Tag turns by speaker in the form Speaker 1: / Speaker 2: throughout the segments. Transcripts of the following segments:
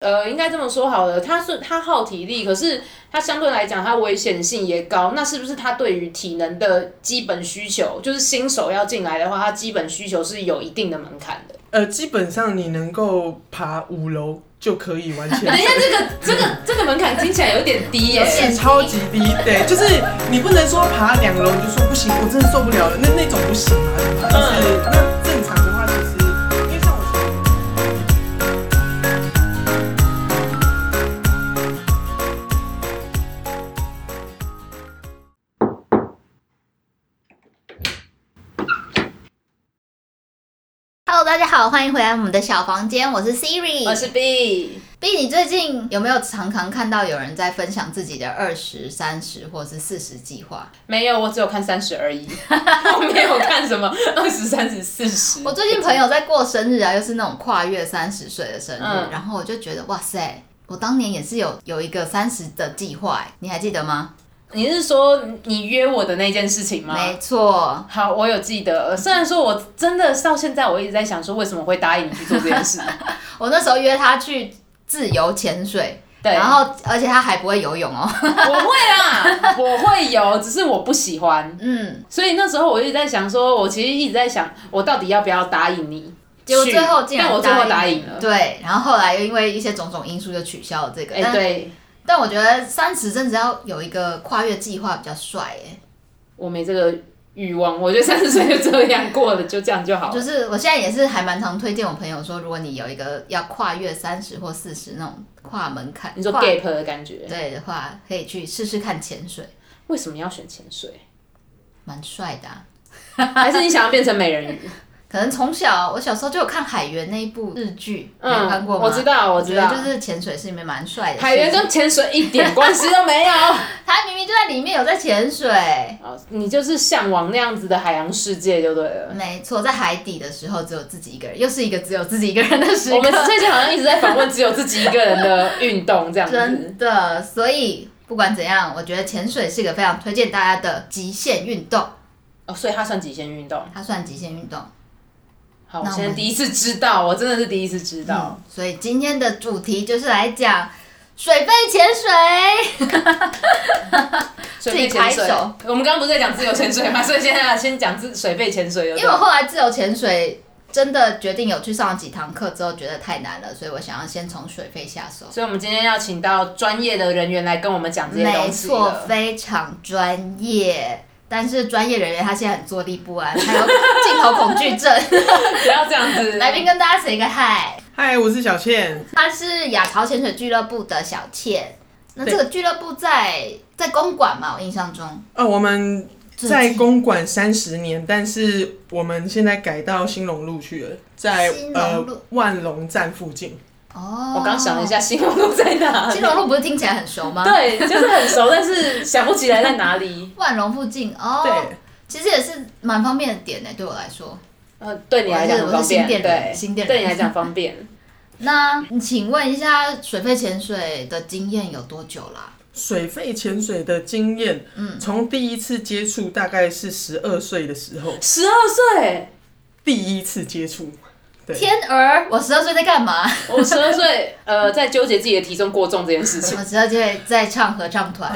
Speaker 1: 呃，应该这么说好了，他是他耗体力，可是他相对来讲，他危险性也高。那是不是他对于体能的基本需求，就是新手要进来的话，他基本需求是有一定的门槛的？
Speaker 2: 呃，基本上你能够爬五楼就可以完 全
Speaker 1: 等一下，这个这个这个门槛听起来有点低耶、
Speaker 3: 有点
Speaker 2: 是超级低，对，就是你不能说爬两楼你就说不行，我真的受不了了，那那种不行啊，就是
Speaker 3: 嗯
Speaker 2: 那正常的话，其实因为像我前
Speaker 3: ，Hello，大家好，欢迎回来我们的小房间，我是 Siri，
Speaker 1: 我是 B，
Speaker 3: B，你最近有没有常常看到有人在分享自己的二十三十或是四十计划？
Speaker 1: 没有，我只有看三十而已， 我没有看什么二十、三十、四十。
Speaker 3: 我最近朋友在过生日啊，又是那种跨越三十岁的生日，
Speaker 1: 嗯
Speaker 3: 然后我就觉得哇塞，我当年也是有有一个三十的计划欸，你还记得吗？
Speaker 1: 你是说你约我的那件事情吗？
Speaker 3: 没错，
Speaker 1: 好，我有记得。呃虽然说我真的到现在，我一直在想说为什么会答应你去做这件事。
Speaker 3: 我那时候约他去自由潜水，
Speaker 1: 对，
Speaker 3: 然后而且他还不会游泳 哦，
Speaker 1: 我会啦，我会有，只是我不喜欢。
Speaker 3: 嗯，
Speaker 1: 所以那时候我一直在想说，我其实一直在想，我到底要不要答应你？
Speaker 3: 结果
Speaker 1: 去
Speaker 3: 最后竟然
Speaker 1: 但我最后答
Speaker 3: 答
Speaker 1: 应了。
Speaker 3: 对，然后后来又因为一些种种因素就取消了这个，
Speaker 1: 哎、
Speaker 3: 但
Speaker 1: 对，
Speaker 3: 但我觉得三十真的要有一个跨越计划比较帅耶。
Speaker 1: 我没这个欲望，我觉得三十岁就这样过了，就这样就好了。
Speaker 3: 就是我现在也是还蛮常推荐我朋友说，如果你有一个要跨越三十或四十那种跨门槛，
Speaker 1: 你说
Speaker 3: 跨
Speaker 1: gap 的感觉，
Speaker 3: 对的话，可以去试试看潜水，
Speaker 1: 为什么要选潜水？
Speaker 3: 蛮帅的、啊。
Speaker 1: 还是你想要变成美人鱼？
Speaker 3: 可能从小我小时候就有看海源那一部日剧， 你有看
Speaker 1: 嗯，
Speaker 3: 过吗？
Speaker 1: 我知道，我知
Speaker 3: 觉
Speaker 1: 道
Speaker 3: 得。就是潜水是一面蛮帅的事情。
Speaker 1: 海员跟潜水一点关系都没有。
Speaker 3: 他明明就在里面有在潜水，
Speaker 1: 哦，你就是向往那样子的海洋世界就对了。
Speaker 3: 没错，在海底的时候只有自己一个人，又是一个只有自己一个人的时刻。
Speaker 1: 我们最近好像一直在访问只有自己一个人的运动这样子。
Speaker 3: 真的，所以不管怎样，我觉得潜水是一个非常推荐大家的极限运动，
Speaker 1: 哦，所以它算极限运动。
Speaker 3: 它算极限运动。
Speaker 1: 好，
Speaker 3: 那
Speaker 1: 我
Speaker 3: 我
Speaker 1: 现
Speaker 3: 们
Speaker 1: 在第一次知道，我真的是第一次知道。
Speaker 3: 嗯，所以今天的主题就是来讲水肺潜水。
Speaker 1: 水肺
Speaker 3: 自己拍
Speaker 1: 潜水，
Speaker 3: 手
Speaker 1: 我们刚刚不是在讲自由潜水吗？所以现在先讲自水肺潜水。
Speaker 3: 因为我后来自由潜水真的决定有去上几堂课之后，觉得太难了，所以我想要先从水肺下手。
Speaker 1: 所以我们今天要请到专业的人员来跟我们讲这些
Speaker 3: 没
Speaker 1: 东西
Speaker 3: 错，
Speaker 1: 了。
Speaker 3: 非 常专业。但是专业人员他现在很坐立不安，还有镜头恐惧 症。
Speaker 1: 不要这样子。
Speaker 3: 来宾跟大家 say 个嗨。
Speaker 2: 嗨，我是小倩，
Speaker 3: 他是亚潮潜水俱乐部的小倩。那这个俱乐部在在公馆嘛？我印象中，
Speaker 2: 呃，我们在公馆三十年，但是我们现在改到兴隆路去了，在
Speaker 3: 兴
Speaker 2: 呃
Speaker 3: 隆路
Speaker 2: 万隆站附近，
Speaker 3: 哦，
Speaker 1: 我刚想了一，下，新隆路在哪里
Speaker 3: 金？融路不是听起来很熟吗？，
Speaker 1: 对，就是很熟，但是想不起来在哪 里。
Speaker 3: 万隆附近哦，
Speaker 2: 对，
Speaker 3: 其实也是蛮方便的点呢，对我来说。
Speaker 1: 呃，对你来讲很
Speaker 3: 我
Speaker 1: 方
Speaker 3: 是新
Speaker 1: 便，
Speaker 3: 店人
Speaker 1: 对，
Speaker 3: 新店人
Speaker 1: 对你来讲方便。
Speaker 3: 那请问一下，水肺潜水的经验有多久啦、
Speaker 2: 水肺潜水的经验，嗯，从第一次接触大概是十二岁的时候，
Speaker 1: 十二岁，
Speaker 2: 第一次接触，对
Speaker 3: 天儿，我十二岁在干嘛？
Speaker 1: 我十二岁，呃，在纠结自己的体重过重这件事 情。
Speaker 3: 我十二岁在唱合 唱团。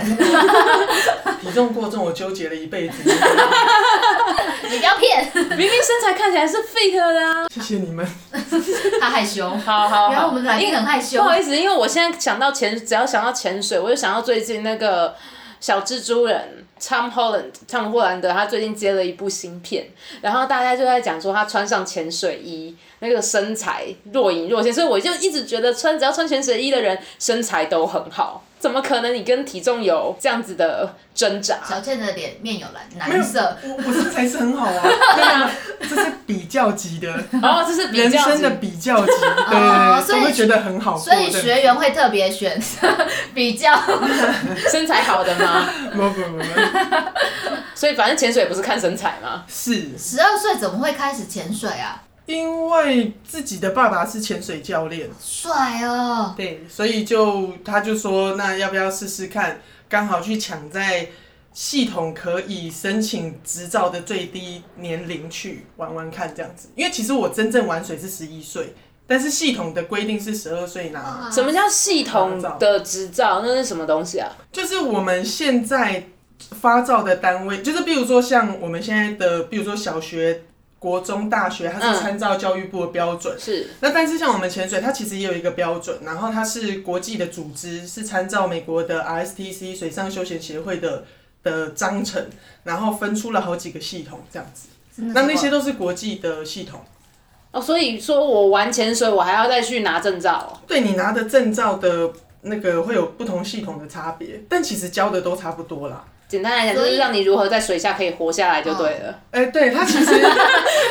Speaker 2: 体重过重，我纠结了一辈 子，
Speaker 3: 你不要骗，
Speaker 1: 明明身材看起来是 fit 的啊。
Speaker 2: 谢谢你们。
Speaker 3: 他害羞。
Speaker 1: 好好
Speaker 3: 然后我
Speaker 1: 好，
Speaker 3: 们来宾很害
Speaker 1: 不
Speaker 3: 羞。
Speaker 1: 好意思，因为我现在想到潜，只要想到潜水，我就想到最近那个小蜘蛛人 Tom Holland，汤姆霍兰德，他最近接了一部新片，然后大家就在讲说他穿上潜水衣，那个身材若隐若现，所以我就一直觉得穿只要穿潜水衣的人身材都很好，怎么可能你跟体重有这样子的挣扎？
Speaker 3: 小倩的脸面有蓝
Speaker 2: 没有
Speaker 3: 蓝色，
Speaker 2: 我我身材是很好 啊，对啊，这是比较级的，
Speaker 1: 哦，这是比
Speaker 2: 人
Speaker 1: 较
Speaker 2: 生的比较级，对对
Speaker 3: 哦所
Speaker 2: 对，
Speaker 3: 以
Speaker 2: 都会觉得很好过。
Speaker 3: 所以
Speaker 2: 对
Speaker 3: 学员会特别选 比较，
Speaker 1: 身材好的吗？
Speaker 2: 不不不不，
Speaker 1: 所以反正潜水不是看身材嘛。
Speaker 2: 是
Speaker 3: 十二岁怎么会开始潜水啊？
Speaker 2: 因为自己的爸爸是潜水教练，
Speaker 3: 帅哦！
Speaker 2: 对，所以就他就说，那要不要试试看？刚好去抢在系统可以申请执照的最低年龄去玩玩看，这样子。因为其实我真正玩水是十一岁，但是系统的规定是十二岁拿，
Speaker 3: 啊
Speaker 1: 什么叫系统的执照？那是什么东西啊？
Speaker 2: 就是我们现在发照的单位，就是比如说像我们现在的，比如说小学、国中、大学，它是参照教育部的标准。
Speaker 1: 是
Speaker 2: 那但是像我们潜水，它其实也有一个标准，然后它是国际的组织，是参照美国的 RSTC 水上休闲协会的的章程，然后分出了好几个系统这样子。
Speaker 3: 真的
Speaker 2: 那
Speaker 3: 是
Speaker 2: 那些都是国际的系统。
Speaker 1: 哦，所以说我玩潜水，我还要再去拿证照哦、
Speaker 2: 对你拿的证照的那个会有不同系统的差别，但其实教的都差不多啦。
Speaker 1: 简单来讲，就
Speaker 3: 所以啊
Speaker 1: 是让你如何在水下可以活下来就对了。
Speaker 2: 哎、对他其实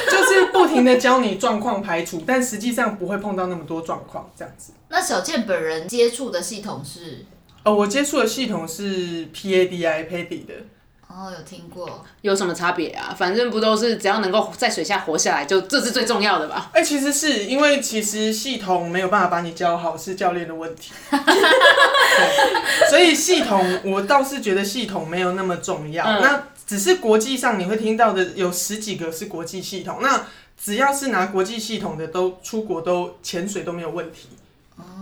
Speaker 2: 就是不停的教你状况排除，但实际上不会碰到那么多状况这样子。
Speaker 3: 那小健本人接触的系统是，
Speaker 2: 哦，我接触的系统是 PADI PADI 的，
Speaker 3: 哦，有听过，
Speaker 1: 有什么差别啊？反正不都是只要能够在水下活下来就，这是最重要的吧？
Speaker 2: 哎、其实是因为其实系统没有办法把你教好，是教练的问题。 对所以系统，我倒是觉得系统没有那么重要。
Speaker 1: 嗯
Speaker 2: 那只是国际上你会听到的有十几个是国际系统，那只要是拿国际系统的都出国都潜水都没有问题。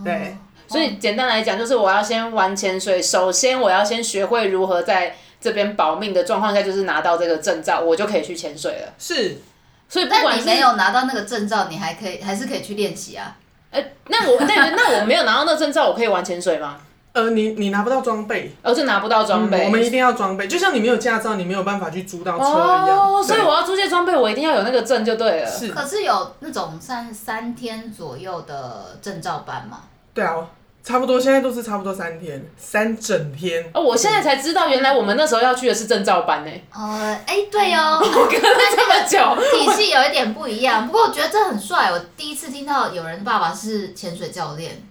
Speaker 2: 对，
Speaker 1: 所以简单来讲，就是我要先玩潜水，首先我要先学会如何在这边保命的状况下，就是拿到这个证照，我就可以去潜水了。
Speaker 2: 是
Speaker 1: 所以不
Speaker 3: 但
Speaker 1: 管
Speaker 3: 你
Speaker 1: 是
Speaker 3: 没有拿到那个证照，你还可以还是可以去练习啊。
Speaker 1: 呃，那我那那我没有拿到那证照，我可以玩潜水吗？
Speaker 2: 呃，你你拿不到装备，
Speaker 1: 而哦就拿不到装备。
Speaker 2: 嗯我们一定要装备，就像你没有驾照，你没有办法去租到车一样。
Speaker 1: 哦，所以
Speaker 2: 对
Speaker 1: 我要租借装备，我一定要有那个证就对了。
Speaker 2: 是
Speaker 3: 可是有那种三三天左右的证照班嘛？
Speaker 2: 对啊，差不多现在都是差不多三天，三整天。
Speaker 1: 哦，我现在才知道，原来我们那时候要去的是证照班呢、
Speaker 3: 呃，哎、
Speaker 1: 嗯
Speaker 3: 对哦，
Speaker 1: 这么久，
Speaker 3: 体系有一点不一样。不过我觉得这很帅，我第一次听到有人爸爸是潜水教练，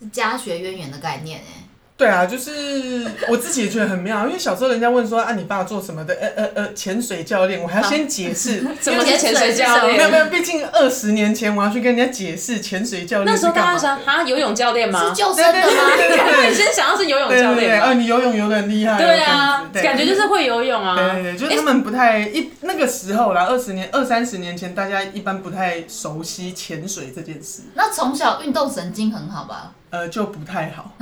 Speaker 3: 是家学渊源的概念哎、
Speaker 2: 对啊，就是我自己也觉得很妙，因为小时候人家问说啊，你爸做什么的？呃呃呃，潜水教练，我还要先 解释。
Speaker 1: 怎么是潜水教
Speaker 2: 没有没
Speaker 1: 练？
Speaker 2: 有，毕竟二十年前我要去跟人家解释潜水教
Speaker 1: 那
Speaker 2: 练
Speaker 1: 时
Speaker 2: 是
Speaker 1: 候
Speaker 2: 干
Speaker 1: 大
Speaker 2: 嘛
Speaker 1: 家
Speaker 2: 的。
Speaker 1: 想啊，游泳教练吗
Speaker 3: 是？救
Speaker 2: 对
Speaker 3: 生
Speaker 2: 对
Speaker 3: 的吗？
Speaker 2: 对对对
Speaker 1: 你
Speaker 2: 对
Speaker 1: 先想到是游泳
Speaker 2: 对
Speaker 1: 教
Speaker 2: 对对，
Speaker 1: 练
Speaker 2: 啊，
Speaker 1: 吧。
Speaker 2: 你游泳游的很厉害哦。
Speaker 1: 对
Speaker 2: 这样
Speaker 1: 啊
Speaker 2: 子，对
Speaker 1: 感觉就是会游泳
Speaker 2: 对
Speaker 1: 啊
Speaker 2: 对。对，就是
Speaker 1: 诶
Speaker 2: 他们不太一那个时候啦，二十年、二三十年前，大家一般不太熟悉潜水这件事，
Speaker 3: 那从小运动神经很好吧？
Speaker 2: 呃，就不太好，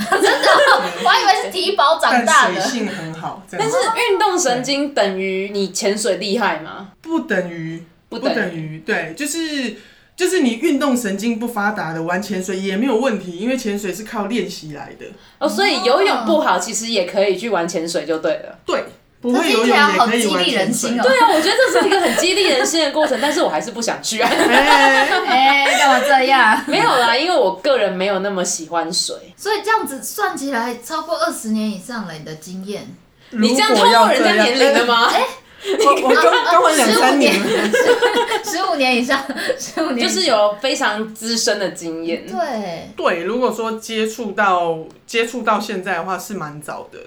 Speaker 3: 我还以为是体保长大
Speaker 2: 但水
Speaker 3: 的。
Speaker 2: 性很好。这样
Speaker 1: 但
Speaker 2: 子
Speaker 1: 是运动神经等于你潜水厉害吗？
Speaker 2: 不等于
Speaker 1: 不
Speaker 2: 不
Speaker 1: 等于
Speaker 2: 等于对，就是就是你运动神经不发达的玩潜水也没有问题，因为潜水是靠练习来的，
Speaker 1: 哦，所以游泳不好，其实也可以去玩潜水就对了。
Speaker 2: 对，不会游泳
Speaker 3: 这听起来
Speaker 2: 也
Speaker 3: 好
Speaker 2: 可以
Speaker 3: 激
Speaker 2: 玩
Speaker 3: 励人
Speaker 2: 潜水
Speaker 3: 心哦。。
Speaker 1: 对啊，我觉得这是一个很激励人心的过程，但是我还是不想去啊。
Speaker 2: 哎，
Speaker 3: 哎、干嘛这样？
Speaker 1: 没有啦，因为我个人没有那么喜欢水。
Speaker 3: 所以这样子算起来超过二十年以上了，你的经验。
Speaker 1: 你这样
Speaker 2: 如
Speaker 1: 透
Speaker 2: 果要
Speaker 1: 露人家
Speaker 2: 这样
Speaker 1: 年龄了？吗？
Speaker 2: 哎我我刚刚完两三年了，
Speaker 3: 十五年以上， 十五
Speaker 1: 就
Speaker 3: 年以上
Speaker 1: 是有非常资深的经验。
Speaker 3: 对，
Speaker 2: 对，啊如果说接触到接触到现在的话是蛮早的，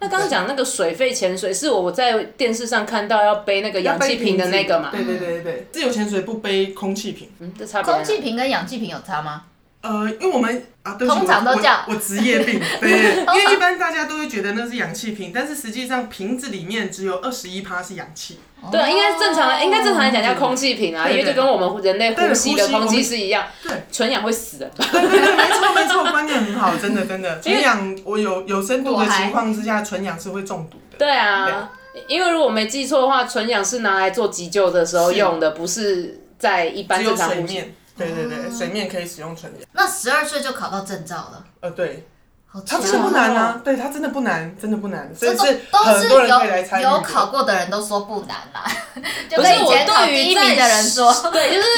Speaker 1: 那刚刚讲那个水肺潜水，是我在电视上看到要背那个氧气瓶的那个嘛？
Speaker 2: 对对对对对，自由潜水不背空气瓶。
Speaker 1: 嗯，这差别在哪。
Speaker 3: 空气瓶跟氧气瓶有差吗？
Speaker 2: 呃，因为我们啊，对不起，
Speaker 3: 通常
Speaker 2: 我
Speaker 3: 都
Speaker 2: 我
Speaker 3: 叫
Speaker 2: 我职业病， 对，因为一般大家都会觉得那是氧气瓶，但是实际上瓶子里面只有二十一趴是氧气，
Speaker 1: 对，应该正常
Speaker 3: 哦
Speaker 1: 的，应该正常来讲叫空气瓶啊，
Speaker 2: 对
Speaker 1: 因
Speaker 2: 对
Speaker 1: 为就跟我们人类呼吸的
Speaker 2: 对呼吸
Speaker 1: 空气是一样
Speaker 2: 我们对，
Speaker 1: 纯氧会死的。
Speaker 2: 对对对，没错没错，观念很好，真的真 的，纯氧我有有深度
Speaker 3: 我
Speaker 2: 的
Speaker 3: 还
Speaker 2: 情况之下，纯氧是会中毒的，
Speaker 1: 对啊，因为如果没记错的话，纯氧是拿来做急救的时候
Speaker 2: 是
Speaker 1: 用的，不是在一般
Speaker 2: 只有
Speaker 1: 正常
Speaker 2: 水
Speaker 1: 呼吸。
Speaker 2: 面，对对
Speaker 3: 哦
Speaker 2: 对，水面可以使用纯氧，
Speaker 3: 那十二岁就考到证照了，
Speaker 2: 呃对，
Speaker 3: 好
Speaker 2: 它
Speaker 3: 强
Speaker 2: 真的不
Speaker 3: 哦！
Speaker 2: 难啊，对它真的不难，真的不难，所
Speaker 3: 这
Speaker 2: 以
Speaker 3: 都
Speaker 2: 是
Speaker 3: 都
Speaker 2: 很
Speaker 3: 是
Speaker 2: 多人可以来参
Speaker 3: 有
Speaker 2: 与
Speaker 3: 有
Speaker 2: 的，
Speaker 3: 考过的人都说不难啦， 就
Speaker 1: 不是
Speaker 3: 跟以
Speaker 1: 我
Speaker 3: 前考
Speaker 1: 对
Speaker 3: 第
Speaker 1: 于
Speaker 3: 一名的人说，
Speaker 1: 在，对，就是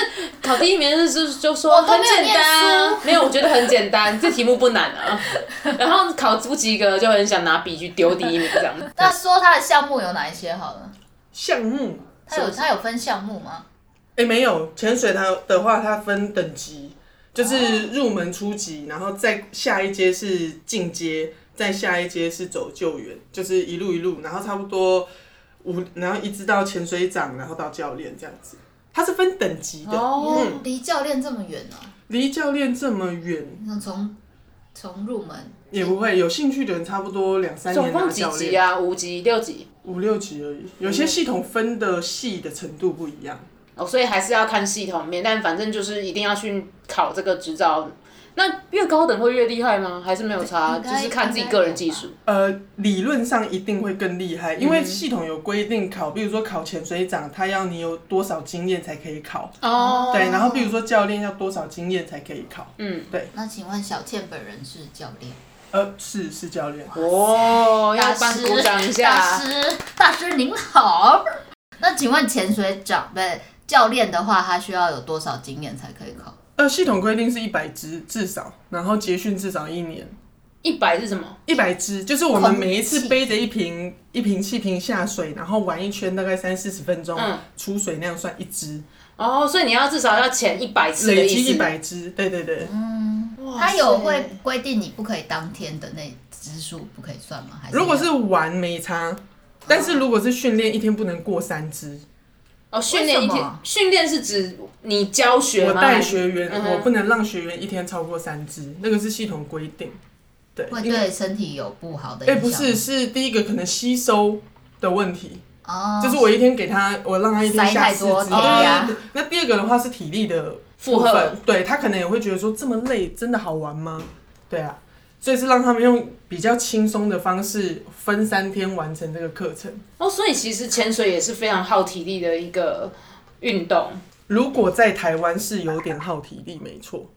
Speaker 1: 考第一名啊的就是就说
Speaker 3: 我都没
Speaker 1: 很
Speaker 3: 有
Speaker 1: 简单
Speaker 3: 念
Speaker 1: 啊，没有，我觉得很简单，这题目不难啊。然后考不及格就很想拿笔去丢第一名这样。
Speaker 3: 那说他的项目有哪一些好了？
Speaker 2: 项目，
Speaker 3: 他有他有分项目吗？
Speaker 2: 哎、没有潜水它的话，它分等级，
Speaker 1: 哦
Speaker 2: 就是入门、初级，然后再下一阶是进阶，再下一阶是走救援，就是一路一路，然后差不多五，然后一直到潜水长，然后到教练这样子。它是分等级的，
Speaker 1: 哦，
Speaker 3: 离教练这么远呢、
Speaker 2: 离教练这么远
Speaker 3: 那从从入门
Speaker 2: 也不会。有兴趣的人差不多两三
Speaker 1: 总
Speaker 2: 年拿
Speaker 1: 共几
Speaker 2: 教
Speaker 1: 级啊
Speaker 2: 练，
Speaker 1: 啊？五级、六级？
Speaker 2: 五六级而已。有些系统分的细的程度不一样，
Speaker 1: 哦，所以还是要看系统面，但反正就是一定要去考这个执照。那越高等会越厉害吗？还是没有差，
Speaker 3: 应
Speaker 1: 就
Speaker 3: 该
Speaker 1: 是看自己个人技术。
Speaker 2: 呃，理论上一定会更厉害，因
Speaker 1: 嗯
Speaker 2: 为系统有规定考，比如说考潜水长，他要你有多少经验才可以考，
Speaker 1: 哦，
Speaker 2: 对，然后比如说教练要多少经验才可以考，
Speaker 1: 嗯，
Speaker 3: 那请问小倩本人是教练？
Speaker 2: 呃，是是教练，
Speaker 1: 哦，要
Speaker 3: 大
Speaker 1: 帮
Speaker 3: 师，
Speaker 1: 鼓掌一
Speaker 3: 大
Speaker 1: 下。
Speaker 3: 师，大师您好。那请问潜水长不是教练的话，他需要有多少经验才可以考？
Speaker 2: 呃，系统规定是一百只至少，然后结训至少一年。
Speaker 1: 一百是什么？
Speaker 2: 一百只，就是我们
Speaker 3: 空
Speaker 2: 每一次
Speaker 3: 气
Speaker 2: 背着一瓶一瓶气瓶下水，然后玩一圈大概三四十分钟，
Speaker 1: 嗯
Speaker 2: 出水那样算一只，
Speaker 1: 哦，所以你要至少要前一百次的
Speaker 2: 累
Speaker 1: 意思嗯
Speaker 2: 积一。百只，对对对，
Speaker 1: 哇
Speaker 3: 他有
Speaker 1: 塞
Speaker 3: 会规定你不可以当天的那支数不可以算吗？还是
Speaker 2: 如果是玩没差，但是如果是训练一天不能过三只，
Speaker 1: 哦，训练一
Speaker 3: 为什
Speaker 1: 天
Speaker 3: 么，
Speaker 1: 训练是指你教学
Speaker 2: 我
Speaker 1: 吗？
Speaker 2: 带学员，
Speaker 1: 嗯
Speaker 2: 我不能让学员一天超过三只，那个是系统规定。对，
Speaker 3: 会
Speaker 2: 因为
Speaker 3: 对身体有不好的影
Speaker 2: 哎、
Speaker 3: 响？
Speaker 2: 不是，是第一个可能吸收的问题，
Speaker 3: 哦，
Speaker 2: 就是我一天给他，我让他一天
Speaker 3: 塞
Speaker 2: 下
Speaker 3: 太
Speaker 2: 四
Speaker 3: 多啊
Speaker 2: 只，
Speaker 3: 对呀
Speaker 2: 对对对那第二个的话是体力的
Speaker 1: 负
Speaker 2: 部
Speaker 1: 荷
Speaker 2: 分，对他可能也会觉得说这么累真的好玩吗？对啊，所以是让他们用比较轻松的方式分三天完成这个课程。
Speaker 1: 哦，所以其实潜水也是非常耗体力的一个运动，
Speaker 2: 如果在台湾是有点耗体力，没错。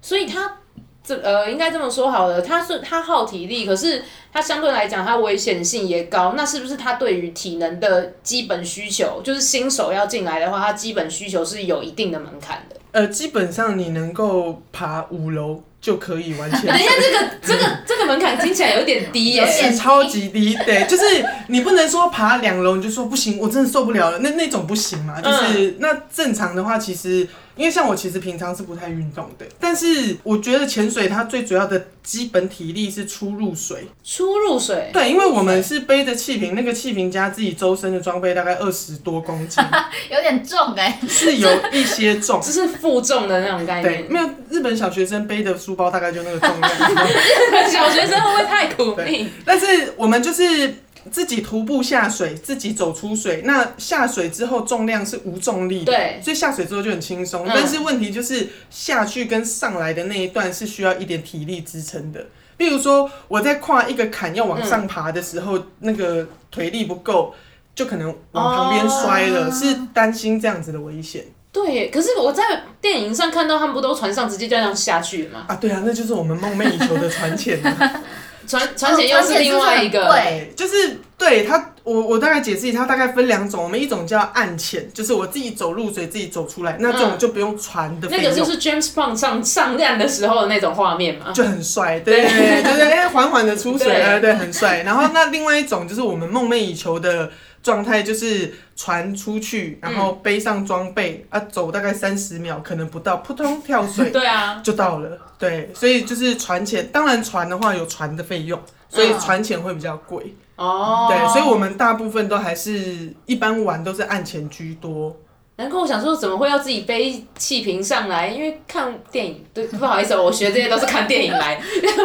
Speaker 1: 所以它这呃应该这么说好了，它是它耗体力，可是它相对来讲它危险性也高，那是不是它对于体能的基本需求，就是新手要进来的话，它基本需求是有一定的门槛的？
Speaker 2: 呃，基本上你能够爬五楼就可以完全
Speaker 1: 等一下， 这个这个这个门槛听起来有点低耶、
Speaker 3: 有点
Speaker 2: 是超级低，对，就是你不能说爬两楼你就说不行，我真的受不了了，那那种不行
Speaker 1: 嗯
Speaker 2: 嘛。就是、那正常的话，其实因为像我其实平常是不太运动的，但是我觉得潜水它最主要的基本体力是出入水，
Speaker 1: 出入水，
Speaker 2: 对，因为我们是背着气瓶，那个气瓶加自己周身的装备大概二十多公 斤，
Speaker 3: 有点重哎、
Speaker 2: 是有一些重。
Speaker 1: 这 是负重的那种概
Speaker 2: 对，
Speaker 1: 念。
Speaker 2: 没有日本小学生背的书包大概就那个重量。
Speaker 1: 小学生会不会太苦命？
Speaker 2: 但是我们就是自己徒步下水，自己走出水。那下水之后重量是无重力的，
Speaker 1: 对
Speaker 2: 所以下水之后就很轻松。
Speaker 1: 嗯
Speaker 2: 但是问题就是下去跟上来的那一段是需要一点体力支撑的。比如说我在跨一个坎要
Speaker 1: 嗯
Speaker 2: 往上爬的时候，那个腿力不够。就可能往旁边摔了，
Speaker 3: 哦
Speaker 2: 是担心这样子的危险
Speaker 1: 对耶，可是我在电影上看到他们不都船上直接就这样下去吗？
Speaker 2: 啊！对啊，那就是我们梦寐以求的船潜啊、
Speaker 1: 船船险又是另外一
Speaker 3: 船险是不是很
Speaker 1: 个，
Speaker 3: 贵
Speaker 2: 对，就是对它，我我大概解释一下，它大概分两种，我们一种叫暗潜，就是我自己走入水自己走出来，那这种就不用船的费
Speaker 1: 那
Speaker 2: 用，
Speaker 1: 个就是 James Bond 上上岸的时候的那种画面嘛。
Speaker 2: 就很帅，对对对，就是哎缓缓的出水，
Speaker 1: 对
Speaker 2: 哎对，很帅。然后那另外一种就是我们梦寐以求的状态，就是船出去，然后背上装备、啊，走大概三十秒，可能不到，扑通跳水，
Speaker 1: 对啊，
Speaker 2: 就到了，对，所以就是船钱，当然船的话有船的费用，所以
Speaker 3: 嗯
Speaker 2: 船钱会比较贵。
Speaker 1: 哦，
Speaker 2: 对，所以我们大部分都还是一般玩都是按钱居多。
Speaker 1: 难怪我想说怎么会要自己背气瓶上来，因为看电影，对，不好意思哦，我学这些都是看电影 来，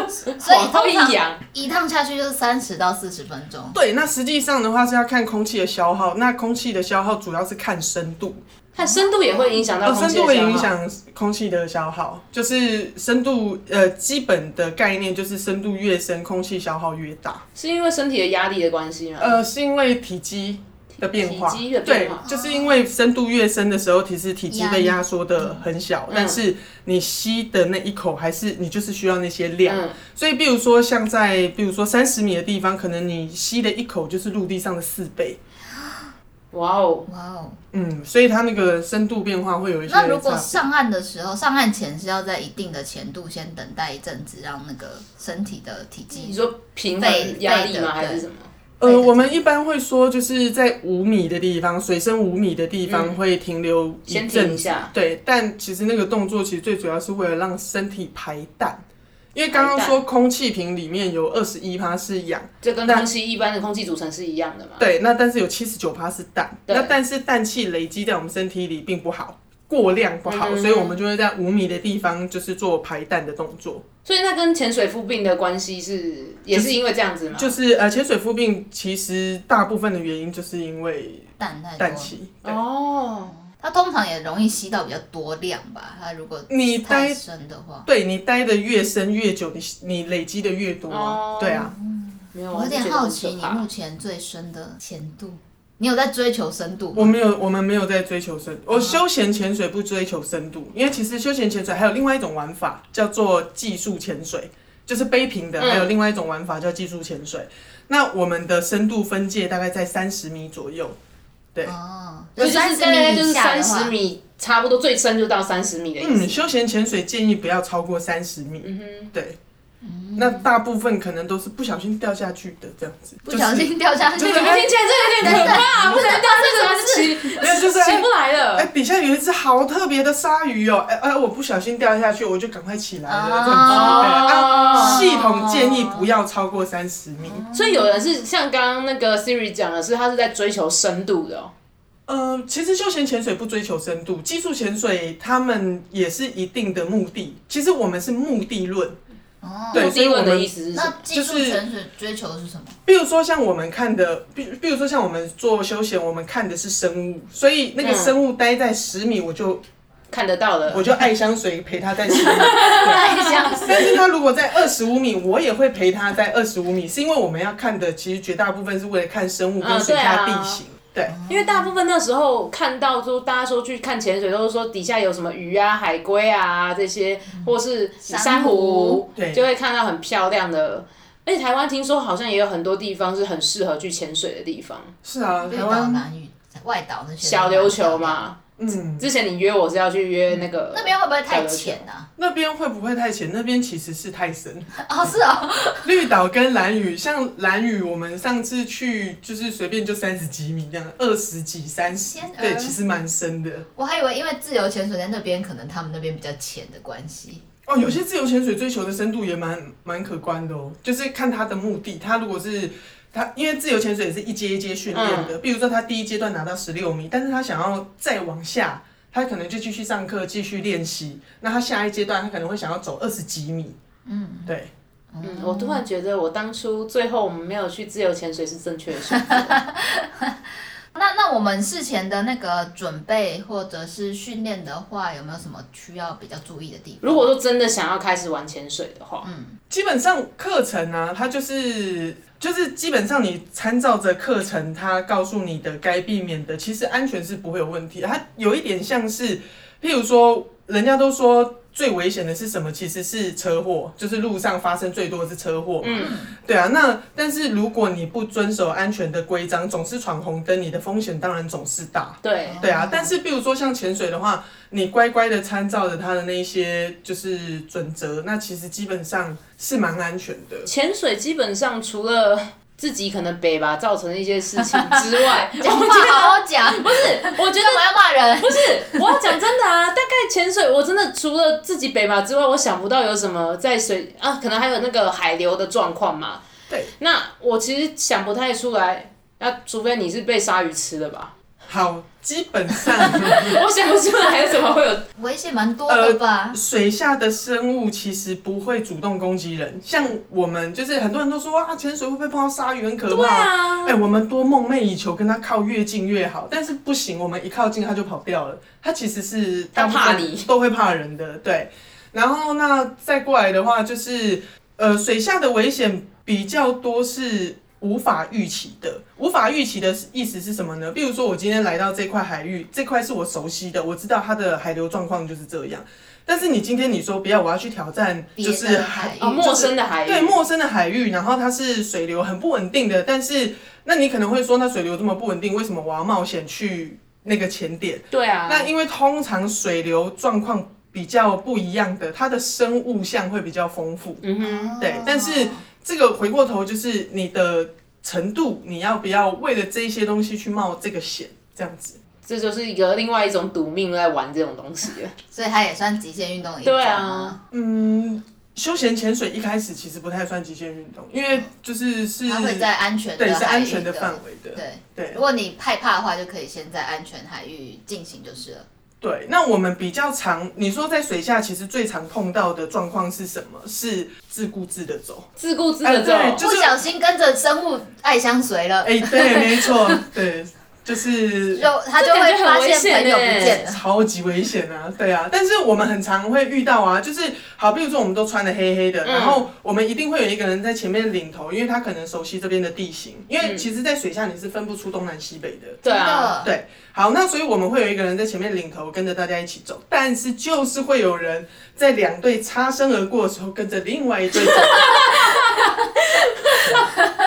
Speaker 3: 所以
Speaker 1: 往后一仰，
Speaker 3: 一趟下去就是三十到四十分钟。
Speaker 2: 对，那实际上的话是要看空气的消耗，那空气的消耗主要是看深度，
Speaker 1: 它深度也会影响到
Speaker 2: 哦，
Speaker 1: 空
Speaker 2: 深
Speaker 1: 气
Speaker 2: 度
Speaker 1: 的
Speaker 2: 会
Speaker 1: 消
Speaker 2: 影
Speaker 1: 耗。
Speaker 2: 响空气的消耗，就是深度呃基本的概念就是深度越深，空气消耗越大。
Speaker 1: 是因为身体的压力的关系吗？
Speaker 2: 呃，是因为体积。的变化，
Speaker 1: 体积的变
Speaker 2: 对
Speaker 1: 化，
Speaker 2: 就是因为深度越深的时候，其实体积
Speaker 3: 压
Speaker 2: 被
Speaker 3: 力
Speaker 2: 压缩的很小，
Speaker 1: 嗯
Speaker 2: 但是你吸的那一口还是你就是需要那些量，
Speaker 1: 嗯，
Speaker 2: 所以，比如说像在，比如说三十米的地方，可能你吸的一口就是陆地上的四倍。
Speaker 1: 哇哦，
Speaker 3: 哇哦！
Speaker 2: 嗯，所以它那个深度变化会有一些差
Speaker 3: 那如
Speaker 2: 别。
Speaker 3: 果上岸的时候，上岸前是要在一定的前度先等待一阵子，让那个身体的体
Speaker 1: 你
Speaker 3: 积
Speaker 1: 说平
Speaker 3: 背
Speaker 1: 衡压力
Speaker 3: 背
Speaker 1: 吗？
Speaker 3: 的
Speaker 1: 还是
Speaker 3: 对
Speaker 1: 什么？
Speaker 2: 呃，我们一般会说，就是在五米的地方，水深五米的地方会停留一
Speaker 1: 嗯先停
Speaker 2: 阵
Speaker 1: 一
Speaker 2: 子。
Speaker 1: 下，
Speaker 2: 对，但其实那个动作其实最主要是为了让身体排氮，因为刚刚
Speaker 1: 排
Speaker 2: 说空气瓶里面有二十一趴是氧。
Speaker 1: 这跟
Speaker 2: 那
Speaker 1: 空气一般的空气组成是一样的嘛？
Speaker 2: 对，那但是有七十九趴是氮，
Speaker 1: 对
Speaker 2: 那但是氮气累积在我们身体里并不好，过量不好，所以我们就会在五米的地方就是做排氮的动作。
Speaker 1: 所以那跟潜水夫病的关系是，也是因为这样子嘛？
Speaker 2: 就是呃，潜水夫病其实大部分的原因就是因为
Speaker 3: 淡太
Speaker 2: 氮
Speaker 3: 多。
Speaker 2: 气。对
Speaker 1: 哦，
Speaker 3: 它通常也容易吸到比较多量吧。它如果
Speaker 2: 你
Speaker 3: 太
Speaker 2: 待
Speaker 3: 深的话，
Speaker 2: 对你待的越深越久，你你累积的越多啊
Speaker 1: 哦，
Speaker 2: 对啊，
Speaker 1: 没有，
Speaker 3: 我有点
Speaker 1: 还是觉得
Speaker 3: 好
Speaker 1: 很
Speaker 3: 奇
Speaker 1: 可
Speaker 3: 你
Speaker 1: 怕
Speaker 3: 目前最深的浅度，你有在追求深度吗？
Speaker 2: 我没有，我们没有在追求深，
Speaker 3: 嗯
Speaker 2: 我休闲潜水不追求深度，因为其实休闲潜水还有另外一种玩法叫做技术潜水，就是背瓶
Speaker 3: 嗯
Speaker 2: 的，还有另外一种玩法叫技术潜水。那我们的深度分界大概在三十米左右，对
Speaker 3: 哦，
Speaker 1: 就
Speaker 3: 就是三
Speaker 1: 大
Speaker 3: 十米
Speaker 1: 概就是
Speaker 3: 以下
Speaker 1: 三
Speaker 3: 的
Speaker 1: 十
Speaker 3: 话，
Speaker 1: 米，差不多最深就到三十米的意
Speaker 2: 嗯，
Speaker 1: 思。嗯
Speaker 2: 休闲潜水建议不要超过三十米，
Speaker 3: 嗯
Speaker 2: 对。那大部分可能都是不小心掉下去的这样子，
Speaker 3: 不小
Speaker 2: 就是
Speaker 3: 心掉下去
Speaker 1: 你，们听起来这有点可怕，不能掉这怎么起
Speaker 2: 没有就是
Speaker 1: 起不来
Speaker 2: 哎、
Speaker 1: 了？
Speaker 2: 底下有一只好特别的鲨鱼哦、哎、哎、我不小心掉下去，我就赶快起来了，这样子。对啊，
Speaker 1: 哦，
Speaker 2: 系统建议不要超过三十米。
Speaker 1: 所以有人是像刚刚那个 Siri 讲的是，他是在追求深度的哦。
Speaker 2: 呃，其实休闲潜水不追求深度，技术潜水他们也是一定的目的。其实我们是目的论，
Speaker 3: 哦，
Speaker 2: 对，所以
Speaker 1: 低
Speaker 2: 我
Speaker 1: 温的
Speaker 2: 们
Speaker 1: 意思是什
Speaker 3: 那
Speaker 1: 么？
Speaker 3: 技术
Speaker 2: 就是
Speaker 3: 潜水追求的是什么？
Speaker 2: 比如说像我们看的，比比如说像我们做休闲，我们看的是生物，所以那个
Speaker 1: 嗯
Speaker 2: 生物待在十米，我就
Speaker 1: 看得到的
Speaker 2: 我，就爱香水陪它在十米。
Speaker 3: 太像是
Speaker 2: 但是它如果在二十五米，我也会陪它在二十五米，是因为我们要看的其实绝大部分是为了看生物跟水下地形。对，
Speaker 1: 因为大部分那时候看到，就大家说去看潜水，都是说底下有什么鱼啊、海龟啊这些，或是珊
Speaker 3: 嗯珊瑚
Speaker 2: 对
Speaker 1: 就会看到很漂亮的。而且台湾听说好像也有很多地方是很适合去潜水的地方，
Speaker 2: 是啊，
Speaker 3: 绿
Speaker 2: 台
Speaker 3: 岛、
Speaker 2: 湾，
Speaker 3: 南屿、外岛那些
Speaker 1: 小琉球，嘛。
Speaker 2: 嗯，
Speaker 1: 之前你约我是要去约那个
Speaker 3: 嗯那边会不会太
Speaker 1: 小琉球
Speaker 3: 浅？啊？
Speaker 2: 那边会不会太浅？那边其实是太深。
Speaker 3: 哦，是哦，
Speaker 2: 绿岛跟蓝屿，像蓝屿，我们上次去就是随便就三十几米这样，二十几、三十
Speaker 3: 天，鹅
Speaker 2: 对，其实蛮深的。
Speaker 3: 我还以为因为自由潜水在那边，可能他们那边比较浅的关系。
Speaker 2: 哦，有些自由潜水追求的深度也蛮蛮可观的哦，就是看它的目的。它如果是它，因为自由潜水也是一阶一阶训练的，比如说它第一阶段拿到十六米，但是它想要再往下，它可能就继续上课继续练习。那它下一阶段，它可能会想要走二十几米。嗯，对，
Speaker 1: 嗯，我突然觉得我当初最后我们没有去自由潜水是正确的 选择。
Speaker 3: 那那我们事前的那个准备或者是训练的话，有没有什么需要比较注意的地方？
Speaker 1: 如果说真的想要开始玩潜水的
Speaker 3: 嗯
Speaker 1: 话，
Speaker 2: 基本上课程啊，它就是就是基本上你参照着课程，它告诉你的该避免的，其实安全是不会有问题的。它有一点像是，譬如说，人家都说最危险的是什么？其实是车祸，就是路上发生最多的是车祸嘛。对啊，那但是如果你不遵守安全的规章，总是闯红灯，你的风险当然总是大。
Speaker 1: 对，
Speaker 2: 对啊，但是比如说像潜水的话，你乖乖的参照着它的那一些就是准则，那其实基本上是蛮安全的。
Speaker 1: 潜水基本上除了自己可能北吧造成的一些事情之外， 我
Speaker 3: 讲话
Speaker 1: 觉得
Speaker 3: 好好讲，
Speaker 1: 不是，我觉
Speaker 3: 干
Speaker 1: 得
Speaker 3: 嘛要骂人？
Speaker 1: 不是，我要讲真的啊。大概潜水，我真的除了自己北吧之外，我想不到有什么在水啊，可能还有那个海流的状况嘛。
Speaker 2: 对，
Speaker 1: 那我其实想不太出来，那除非你是被鲨鱼吃了吧，
Speaker 2: 好，基本上
Speaker 1: 我想不出来怎么会有
Speaker 3: 危险蛮多的吧？
Speaker 2: 水下的生物其实不会主动攻击人，像我们就是很多人都说啊，潜水会不会碰到鲨鱼很可怕？
Speaker 1: 对啊
Speaker 2: 哎、我们多梦寐以求跟它靠越近越好，但是不行，我们一靠近它就跑掉了。它其实是
Speaker 1: 它怕
Speaker 2: 大部分
Speaker 1: 你
Speaker 2: 都会怕人的，对。然后那再过来的话，就是呃，水下的危险比较多是无法预期的。无法预期的意思是什么呢？比如说我今天来到这块海域，这块是我熟悉的，我知道它的海流状况就是这样。但是你今天你说不要，我要去挑战，
Speaker 3: 别
Speaker 2: 哦就
Speaker 3: 的
Speaker 2: 是
Speaker 3: 海域
Speaker 1: 啊、陌生的海域。
Speaker 2: 对陌生的海域，然后它是水流很不稳定的，但是那你可能会说，那水流这么不稳定，为什么我要冒险去那个潜点？
Speaker 1: 对啊，
Speaker 2: 那因为通常水流状况比较不一样的，它的生物相会比较丰富。
Speaker 1: 嗯哼，
Speaker 2: 呃对
Speaker 3: 哦
Speaker 2: 但是这个回过头就是你的程度，你要不要为了这些东西去冒这个险？这样子，
Speaker 1: 这就是一个另外一种赌命在玩这种东西。
Speaker 3: 所以它也算极限运动的一种
Speaker 1: 对
Speaker 3: 吗
Speaker 1: 啊，
Speaker 2: 嗯，休闲潜水一开始其实不太算极限运动，因为就是是
Speaker 3: 它会在安全的
Speaker 2: 对是
Speaker 3: 海域
Speaker 2: 安全的范围的。
Speaker 3: 对
Speaker 2: 对
Speaker 3: 如果你害怕的话，就可以先在安全海域进行就是了。
Speaker 2: 对，那我们比较常，你说在水下其实最常碰到的状况是什么？是自顾自的走。
Speaker 1: 自顾自
Speaker 2: 哎
Speaker 1: 的
Speaker 2: 对
Speaker 1: 这种
Speaker 2: 就是
Speaker 3: 不小心跟着生物爱相随了。
Speaker 2: 哎哎、对，没错，对，就是
Speaker 3: 就他就
Speaker 1: 这感
Speaker 3: 会
Speaker 1: 觉
Speaker 3: 发
Speaker 1: 很危
Speaker 3: 现
Speaker 1: 险
Speaker 3: 朋友不
Speaker 1: 欸
Speaker 3: 见了。
Speaker 2: 超级危险啊，对啊，但是我们很常会遇到啊，就是好，比如说我们都穿的黑黑的，然后我们一定会有一个人在前面领头，因为他可能熟悉这边的地形，因为其实，在水下你是分不出东南西北的。
Speaker 1: 对啊，
Speaker 3: 真的，
Speaker 2: 对，好，那所以我们会有一个人在前面领头，跟着大家一起走，但是就是会有人在两队擦身而过的时候，跟着另外一队走。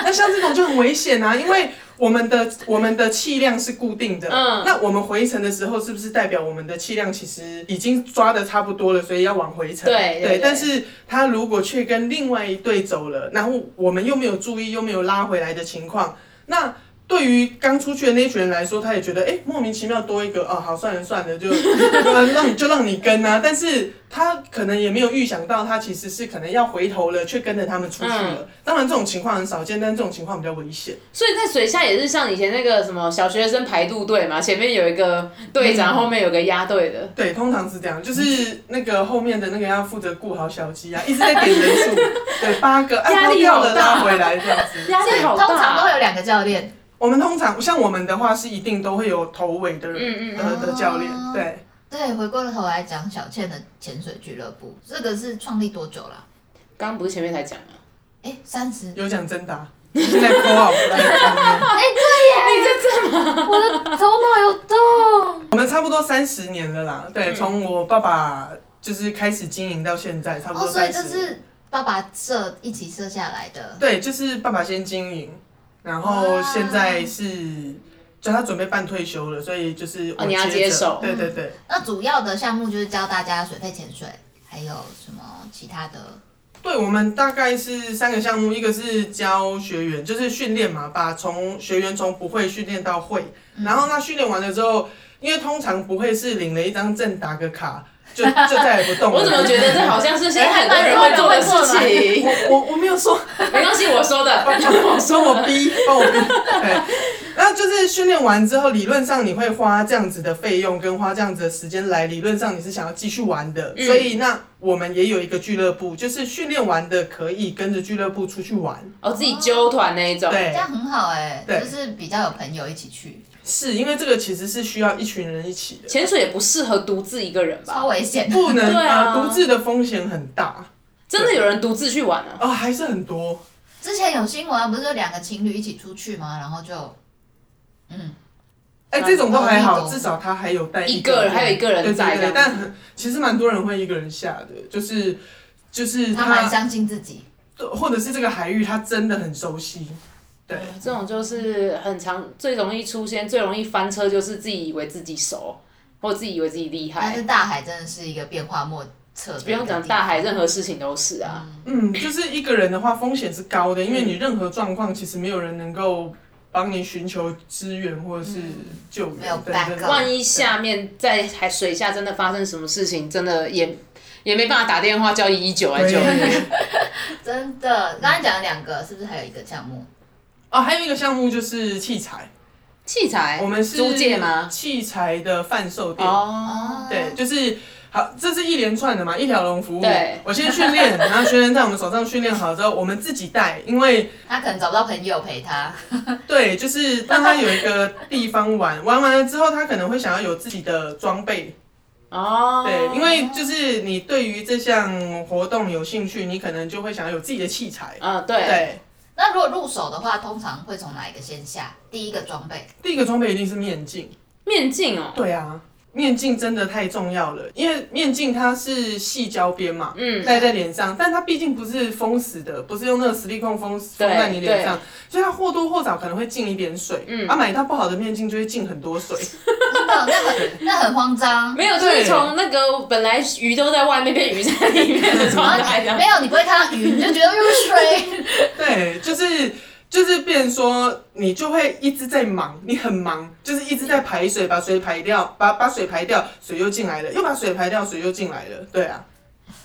Speaker 2: 那像这种就很危险啊，因为我们的我们的气量是固定的，
Speaker 1: 嗯
Speaker 2: 那我们回程的时候是不是代表我们的气量其实已经抓的差不多了，所以要往回程？
Speaker 1: 对对对
Speaker 2: 但是他如果却跟另外一队走了，然后我们又没有注意，又没有拉回来的情况，那。对于刚出去的那群人来说，他也觉得哎、诶莫名其妙多一个啊，好算了算了，就 啊让你就让你跟啊，但是他可能也没有预想到，他其实是可能要回头了，却跟着他们出去了。
Speaker 1: 嗯
Speaker 2: 当然这种情况很少见，但这种情况比较危险。
Speaker 1: 所以在水下也是像以前那个什么小学生排路队嘛，前面有一个队长，后面有个押队的。
Speaker 3: 嗯
Speaker 2: 对，通常是这样，就是那个后面的那个要负责顾好小鸡啊，一直在点人 数，对，八个，啊，
Speaker 1: 压
Speaker 2: 跑
Speaker 1: 力
Speaker 2: 掉
Speaker 1: 好
Speaker 2: 了
Speaker 1: 大
Speaker 2: 拉回来这样子。
Speaker 1: 压
Speaker 3: 所以
Speaker 1: 力好
Speaker 3: 通
Speaker 1: 大、啊
Speaker 3: 常都会有两个教练，
Speaker 2: 我们通常像我们的话是一定都会有头尾的人、
Speaker 1: 嗯嗯
Speaker 2: 呃的教练，
Speaker 3: 哦
Speaker 2: 对。
Speaker 3: 对，回过头来讲小倩的潜水俱乐部，这个是创立多久了啊？
Speaker 1: 刚刚不是前面才讲吗？啊
Speaker 3: 哎，三十，
Speaker 2: 有奖征答，现在扣 好不在
Speaker 3: 我的头脑有洞。
Speaker 2: 我们差不多三十年了啦，对，
Speaker 1: 嗯
Speaker 2: 从我爸爸就是开始经营到现在，差不
Speaker 3: 哦，
Speaker 2: 多
Speaker 3: 所以
Speaker 2: 三
Speaker 3: 这
Speaker 2: 十。
Speaker 3: 是爸爸设一起设下来的。
Speaker 2: 对，就是爸爸先经营，然后
Speaker 3: 哇
Speaker 1: 啊
Speaker 2: 现在是。就他准备办退休了，所以就是我
Speaker 1: 哦你要
Speaker 2: 接
Speaker 1: 接
Speaker 2: 着
Speaker 1: 手
Speaker 2: 对对对，
Speaker 3: 那主要的项目就是教大家水肺潜水，还有什么其他的？
Speaker 2: 对我们大概是三个项目，一个是教学员，就是训练嘛，把从学员从不会训练到会，
Speaker 1: 嗯
Speaker 2: 然后那训练完了之后，因为通常不会是领了一张证打个卡就就再也不动 了。
Speaker 1: 我怎么觉得这好像是现在很多
Speaker 3: 哎
Speaker 1: 人
Speaker 3: 还
Speaker 1: 会
Speaker 3: 蛮
Speaker 1: 做
Speaker 3: 多
Speaker 1: 的
Speaker 3: 人会做
Speaker 1: 事情？
Speaker 2: 我我我没有说
Speaker 1: 没关系，我说 的。
Speaker 2: 我 说我逼，帮 我逼。对，然后就是训练完之后，理论上你会花这样子的费用跟花这样子的时间来，理论上你是想要继续玩的。
Speaker 1: 嗯
Speaker 2: 所以那我们也有一个俱乐部，就是训练完的可以跟着俱乐部出去玩。
Speaker 1: 哦，自己揪团那一种。
Speaker 3: 这
Speaker 2: 对，
Speaker 3: 样很好哎、
Speaker 2: 对
Speaker 3: 就是比较有朋友一起去，
Speaker 2: 是因为这个其实是需要一群人一起的，
Speaker 1: 潜水也不适合独自一个人吧
Speaker 3: 超？危险。
Speaker 2: 不能
Speaker 1: 对啊
Speaker 2: 呃独自的风险很大
Speaker 1: 真的有人独自去玩啊？
Speaker 2: 啊、还是很多。
Speaker 3: 之前有新闻啊，不是有两个情侣一起出去吗？然后就，嗯，
Speaker 2: 哎、这种都还
Speaker 3: 哦
Speaker 2: 好，至少他还有带
Speaker 1: 一个人还有一个人在
Speaker 2: 对对对，
Speaker 1: 这样
Speaker 2: 但很其实蛮多人会一个人下的，就是就是
Speaker 3: 他蛮相信自己，
Speaker 2: 或者是这个海域他真的很熟悉，对，
Speaker 1: 这种就是很常最容易出现、最容易翻车，就是自己以为自己熟，或自己以为自己厉
Speaker 3: 但
Speaker 1: 害
Speaker 3: 是。大海真的是一个变化莫测的。
Speaker 1: 不用讲大海，，任何事情都是啊。
Speaker 2: 嗯，就是一个人的话风险是高的，因为你任何状况其实没有人能够帮你寻求支援或者是救援，
Speaker 3: 没有
Speaker 2: 对对
Speaker 3: backup
Speaker 2: 对
Speaker 1: 万一下面在海水下真的发生什么事情，真的也也没办法打电话叫一一九来救你。
Speaker 2: 对
Speaker 3: 真的。刚才讲了两个，是不是还有一个项目？
Speaker 2: 哦，还有一个项目就是器材，
Speaker 1: 器材，
Speaker 2: 我们是
Speaker 1: 哎租借吗？
Speaker 2: 器材的贩售店，
Speaker 1: 哦，
Speaker 2: 对，就是好，这是一连串的嘛，一条龙服务
Speaker 1: 对。
Speaker 2: 我先训练，然后学员在我们手上训练好之后，我们自己带，因为
Speaker 3: 他可能找不到朋友陪他，
Speaker 2: 对，就是让他有一个地方玩，玩完了之后，他可能会想要有自己的装备，
Speaker 1: 哦，
Speaker 2: 对，因为就是你对于这项活动有兴趣，你可能就会想要有自己的器材。
Speaker 1: 啊，对，
Speaker 2: 对，
Speaker 3: 那如果入手的话，通常会从哪一个先下？第一个装备，
Speaker 2: 第一个装备一定是面镜。
Speaker 1: 面镜哦，
Speaker 2: 对啊，面镜真的太重要了，因为面镜它是细胶边嘛，
Speaker 1: 嗯，
Speaker 2: 戴在脸上，但它毕竟不是封死的，不是用那个实力控封死封在你脸上，所以它或多或少可能会进一点水。
Speaker 1: 嗯
Speaker 2: 啊，买到不好的面镜就会进很多水。
Speaker 3: 真的，那很那很慌张。
Speaker 1: 没有，就是
Speaker 2: 对
Speaker 1: 从那个本来鱼都在外面变鱼在里面的状态这样
Speaker 3: 然后你。没有，你不会看到鱼，你就觉得又是水。
Speaker 2: 对，就是就是变成说，你就会一直在忙，你很忙，就是一直在排水，把水排掉，把把水排掉，水又进来了，又把水排掉，水又进来了。对啊，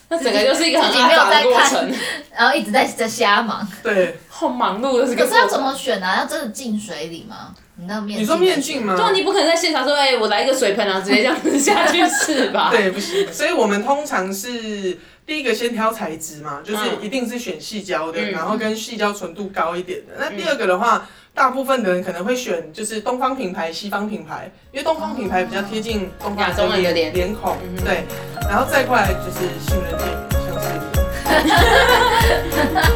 Speaker 1: 那整个就是一个很
Speaker 3: 自己
Speaker 1: 肮
Speaker 3: 没有
Speaker 1: 脏的
Speaker 3: 在
Speaker 1: 过
Speaker 3: 看
Speaker 1: 程，
Speaker 3: 然后一直在在瞎忙。
Speaker 2: 对，
Speaker 1: 好忙碌的这个过程。
Speaker 3: 可是要怎么选啊？要真的进水里吗？你那面
Speaker 2: 你说面镜？吗？
Speaker 1: 对啊，你不可能在现场说， 哎，我来一个水盆，然后直接这样子下去是吧？
Speaker 2: 对，不行。所以我们通常是第一个先挑材质嘛，就是
Speaker 1: 嗯
Speaker 2: 一定是选细胶的，
Speaker 1: 嗯
Speaker 2: 然后跟细胶纯度高一点的。那第二个的话，大部分的人可能会选就是东方品牌、西方品牌，因为东方品牌比较贴近东方
Speaker 1: 嗯亚洲人的
Speaker 2: 脸
Speaker 1: 脸
Speaker 2: 脸孔
Speaker 1: 嗯，哼
Speaker 2: 对。然后再过来就是信任店，像是
Speaker 1: 哦